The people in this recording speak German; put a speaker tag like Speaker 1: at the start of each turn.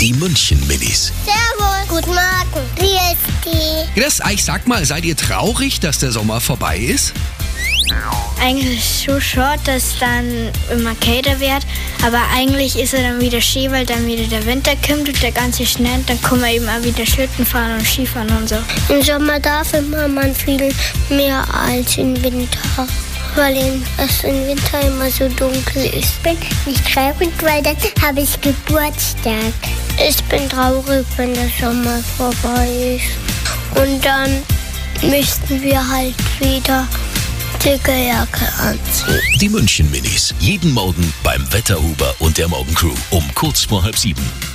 Speaker 1: Die München-Minis.
Speaker 2: Servus. Guten Morgen. Wie ist die?
Speaker 1: Chris, ich sag mal, seid ihr traurig, dass der Sommer vorbei ist?
Speaker 3: Eigentlich so schon, dass dann immer kälter wird. Aber eigentlich ist er dann wieder schön, weil dann wieder der Winter kommt und der ganze Schnee. Dann kann man eben auch wieder Schlitten fahren und Skifahren und so.
Speaker 2: Im Sommer darf immer man viel mehr als im Winter. Weil in- es im Winter immer so dunkel ist. Ich bin nicht traurig, weil dann habe ich Geburtstag. Ich bin traurig, wenn der Sommer vorbei ist. Und dann müssten wir halt wieder dicke Jacke
Speaker 1: Oh,
Speaker 2: anziehen.
Speaker 1: Die München-Minis. Jeden Morgen beim Wetterhuber und der Morgencrew um kurz vor halb sieben.